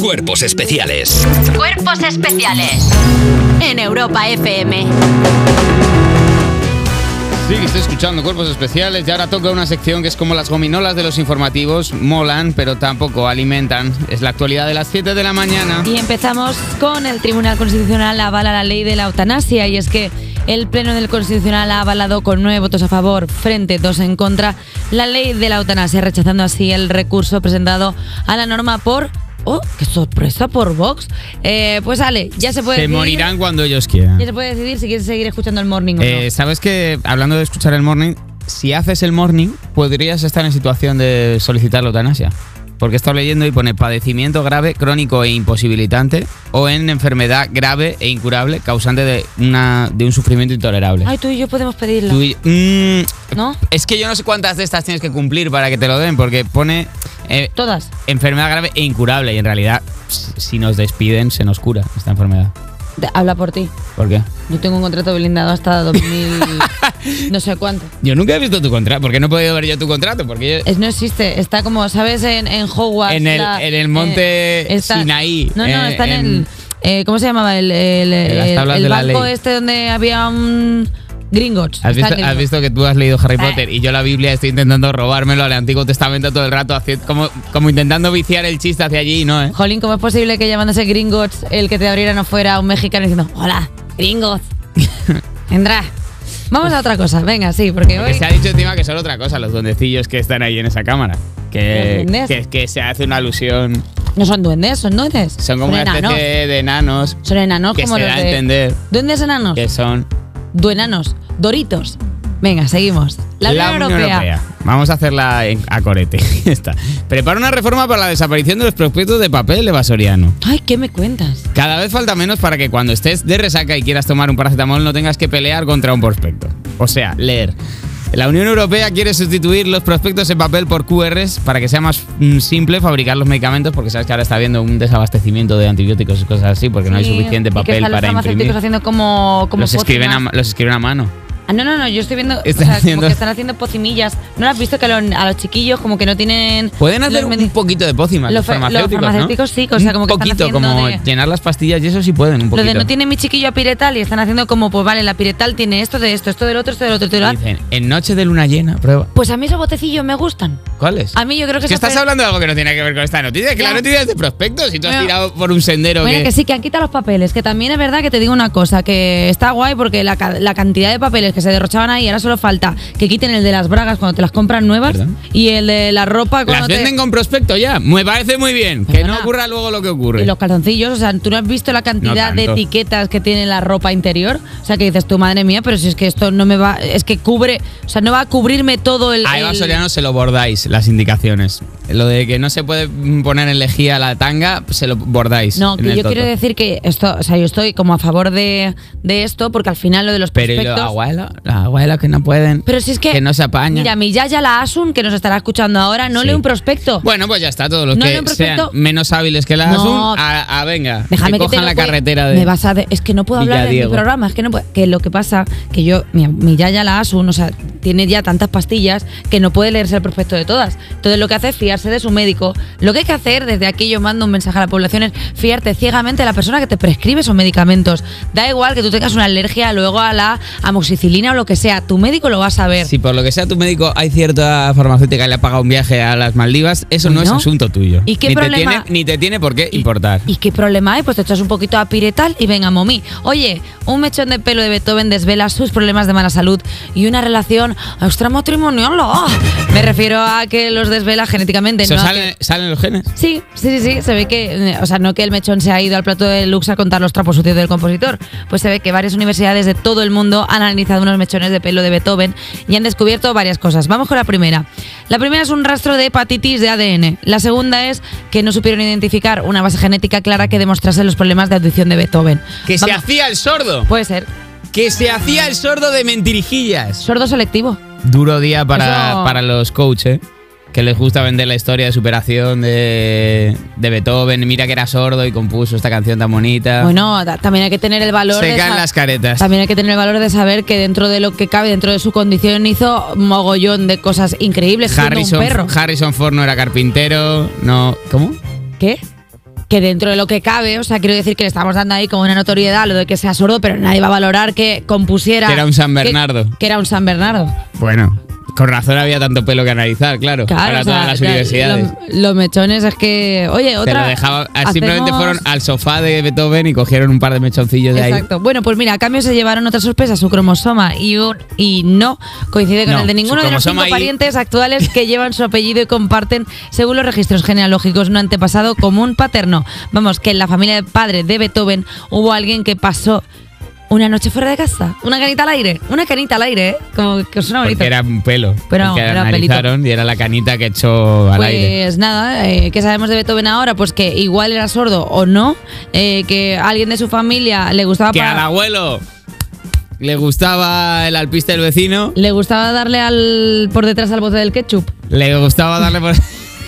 Cuerpos especiales. Cuerpos especiales. En Europa FM. Sí, estoy escuchando cuerpos especiales y ahora toca una sección que es como las gominolas de los informativos, molan, pero tampoco alimentan. Es la actualidad de las 7 de la mañana. Y empezamos con el Tribunal Constitucional avala la ley de la eutanasia y es que el Pleno del Constitucional ha avalado con nueve votos a favor, frente dos en contra, la ley de la eutanasia, rechazando así el recurso presentado a la norma por... ¡Oh, qué sorpresa por Vox! Eh, pues Ale, ya se puede Se decidir- morirán cuando ellos quieran. Ya se puede decidir si quieres seguir escuchando el morning o no. Eh, Sabes que, hablando de escuchar el morning, si haces el morning, podrías estar en situación de solicitar la eutanasia. Porque he estado leyendo y pone padecimiento grave, crónico e imposibilitante, o en enfermedad grave e incurable, causante de, una, de un sufrimiento intolerable. Ay, tú y yo podemos pedirla, Tú y- Mm, ¿no? Es que yo no sé cuántas de estas tienes que cumplir para que te lo den, porque pone eh, Todas. enfermedad grave e incurable, y en realidad, si nos despiden, se nos cura esta enfermedad. Te- Habla por ti. ¿Por qué? Yo tengo un contrato blindado hasta 2000... no sé cuánto. Yo nunca he visto tu contrato, porque no he podido ver yo tu contrato, porque yo- Es- no existe, está como, ¿sabes? En, en Hogwarts. En el- la- eh, en el monte Sinaí, No, no, eh, está en, en- el. eh, ¿Cómo se llamaba? El, el, En las el- tablas el de la banco ley. este donde había un. Gringotts. ¿Has está visto, en has Gringotts. visto que tú has leído Harry Ah. Potter y yo la Biblia estoy intentando robármelo al Antiguo Testamento todo el rato, así como, como intentando viciar el chiste hacia allí, y ¿no? ¿eh? Jolín, ¿cómo es posible que llamándose Gringotts el que te abriera no fuera un mexicano diciendo, hola, Gringotts? Entra. Vamos a otra cosa, venga, sí, porque Porque hoy. se ha dicho encima que son otra cosa, los duendecillos que están ahí en esa cámara. Que, ¿Los duendes? que, que se hace una alusión. No son duendes, son duendes. Son como una especie enanos. de enanos Son enanos que como se los da a de- entender ¿Duendes enanos? que son Duenanos. Doritos. Venga, seguimos. La Unión, Europea. Vamos a hacerla en- a corete. Ya está. Prepara una reforma para la desaparición de los prospectos de papel evasoriano. Ay, ¿qué me cuentas? Cada vez falta menos para que cuando estés de resaca y quieras tomar un paracetamol no tengas que pelear contra un prospecto. O sea, leer. La Unión Europea quiere sustituir los prospectos en papel por QRs para que sea más mm, simple fabricar los medicamentos, porque sabes que ahora está habiendo un desabastecimiento de antibióticos y cosas así, porque no hay Sí, suficiente y que papel están los para farmacéuticos imprimir. haciendo como, como Los escriben, a, pócimas. ma- los escriben a mano. Ah, no, no, no, yo estoy viendo o Están sea, como haciendo- que están haciendo pocimillas. ¿No lo has visto que a los, a los chiquillos como que no tienen... Pueden hacer los un medi- poquito de pócimas los Los fa- los farmacéuticos, ¿no? farmacéuticos sí, o sea, como que Un están poquito, haciendo como de- llenar las pastillas y eso sí pueden, un Lo poquito. de no tiene mi chiquillo a piretal y están haciendo como, pues vale, la piretal tiene esto de esto, esto del otro, esto del otro, esto del otro. Dicen, en noche de luna llena, prueba. Pues a mí esos botecillos me gustan. ¿Cuáles? A mí yo creo que... Es que eso estás fue- hablando de algo que no tiene que ver con esta noticia, que Ya. la noticia es de prospectos y tú has Bueno. tirado por un sendero Bueno, que... que sí, que han quitado los papeles. Que también es verdad que te digo una cosa, que está guay porque la, ca- la cantidad de papeles que se derrochaban ahí, ahora solo falta que quiten el de las bragas cuando te las compran nuevas ¿Verdad? y el de la ropa cuando Las te... venden con prospecto ya. Me parece muy bien. Que Perdona. no ocurra luego lo que ocurre. Y los calzoncillos, o sea, tú no has visto la cantidad No de tanto. etiquetas que tiene la ropa interior. O sea, que dices tú, madre mía, pero si es que esto no me va. Es que cubre. O sea, no va a cubrirme todo el. A Eva el- Soriano se lo bordáis las indicaciones. Lo de que no se puede poner en lejía la tanga, se lo bordáis. No, en que el yo quiero toto. decir que esto. O sea, yo estoy como a favor de, de esto, porque al final lo de los Pero y prospectos. los abuelos, los abuelos que no pueden. Pero si es que. Que no se apañan. Mira, mi Yaya la Asun, que nos estará escuchando ahora, no Sí. lee un prospecto. Bueno, pues ya está, todos los No, que no, sean prospecto. menos hábiles que la No. Asun, a, a venga, Déjame que que te cojan lo la cue- carretera de... Me vas a de- es que no puedo hablar de mi Villadiego. programa, es que no puedo- que lo que pasa que yo mi, mi yaya la Asun, o sea, tiene ya tantas pastillas que no puede leerse el prospecto de todas. Entonces lo que hace es fiarse de su médico. Lo que hay que hacer desde aquí yo mando un mensaje a la población es fiarte ciegamente de la persona que te prescribe esos medicamentos. Da igual que tú tengas una alergia luego a la amoxicilina o lo que sea, tu médico lo va a saber. Si por lo que sea tu médico hay cierta farmacéutica que le ha pagado un viaje a las Maldivas, eso no es Bueno. asunto tuyo. ¿Y qué ni problema? Te tiene, ni te tiene por qué importar. ¿Y qué problema hay? Pues te echas un poquito a piretal y venga, momí. Oye, un mechón de pelo de Beethoven desvela sus problemas de mala salud y una relación extramatrimonial. ¡Ah! Me refiero a que los desvela genéticamente. Eso no a sale- salen los genes. que- Sí, sí, sí, sí, se ve que, eh, o sea, no que el mechón se ha ido al plato de Lux a contar los trapos sucios del compositor, pues se ve que varias universidades de todo el mundo han analizado unos mechones de pelo de Beethoven y han descubierto varias cosas. Vamos con la primera. La primera es un rastro de hepatitis de ADN. La segunda es que no supieron identificar una base genética clara que demostrase los problemas de audición de Beethoven. Que se Vamos, hacía el sordo. Puede ser. Que se hacía el sordo de mentirijillas. Sordo selectivo. Duro día para, Eso- para los coaches. ¿eh? Que les gusta vender la historia de superación de, de Beethoven. Mira que era sordo y compuso esta canción tan bonita. Bueno, ta- también hay que tener el valor. Ah. se de caen sa- las caretas. También hay que tener el valor de saber que dentro de lo que cabe, dentro de su condición, hizo mogollón de cosas increíbles. siendo Harrison, un perro. Harrison Ford no era carpintero. No. ¿Cómo? ¿Qué? que dentro de lo que cabe, o sea, quiero decir que le estamos dando ahí como una notoriedad lo de que sea sordo, pero nadie va a valorar que compusiera. Que era un San Bernardo. Que, que era un San Bernardo. Bueno, con razón había tanto pelo que analizar, claro. Claro, para o sea, todas las la- universidades. Los, los mechones es que. Oye, Te otra. lo dejaba, ah, hacemos- Simplemente fueron al sofá de Beethoven y cogieron un par de mechoncillos de ahí. Exacto. Bueno, pues mira, a cambio se llevaron otra sorpresa, su cromosoma y un- y no coincide con No, el de ninguno su de los cinco cromosoma y- parientes actuales que llevan su apellido y comparten, según los registros genealógicos, un antepasado común paterno. Vamos, que en la familia de padre de Beethoven hubo alguien que pasó una noche fuera de casa, una canita al aire, una canita al aire, ¿eh? como que suena bonito. Porque era un pelo. Pero porque era un pelito. analizaron y era la canita que echó al Pues aire. nada, eh, ¿qué sabemos de Beethoven ahora? Pues que igual era sordo o no, eh, que alguien de su familia le gustaba Que para- al abuelo le gustaba el alpiste del vecino, Le gustaba darle al por detrás al bote del ketchup. le gustaba darle por.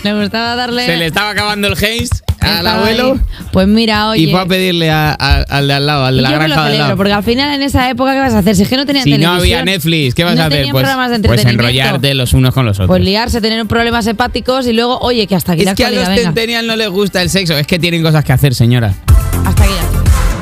Le gustaba darle. Se le estaba acabando el Heinz al Estaba abuelo. ahí. Pues mira, oye. Y fue a pedirle a- a- al de al lado, al de la yo me lo granja de al celebro, lado. porque al final en esa época, ¿qué vas a hacer? Si es que no tenían Si no televisión. había Netflix, ¿qué vas no a hacer? tenían Pues, programas de pues entretenimiento. enrollarte los unos con los otros. Pues liarse, tener problemas hepáticos y luego, oye, que hasta aquí la es que a los actualidad, venga. centennials no les gusta el sexo, es que tienen cosas que hacer, señora. Hasta aquí ya.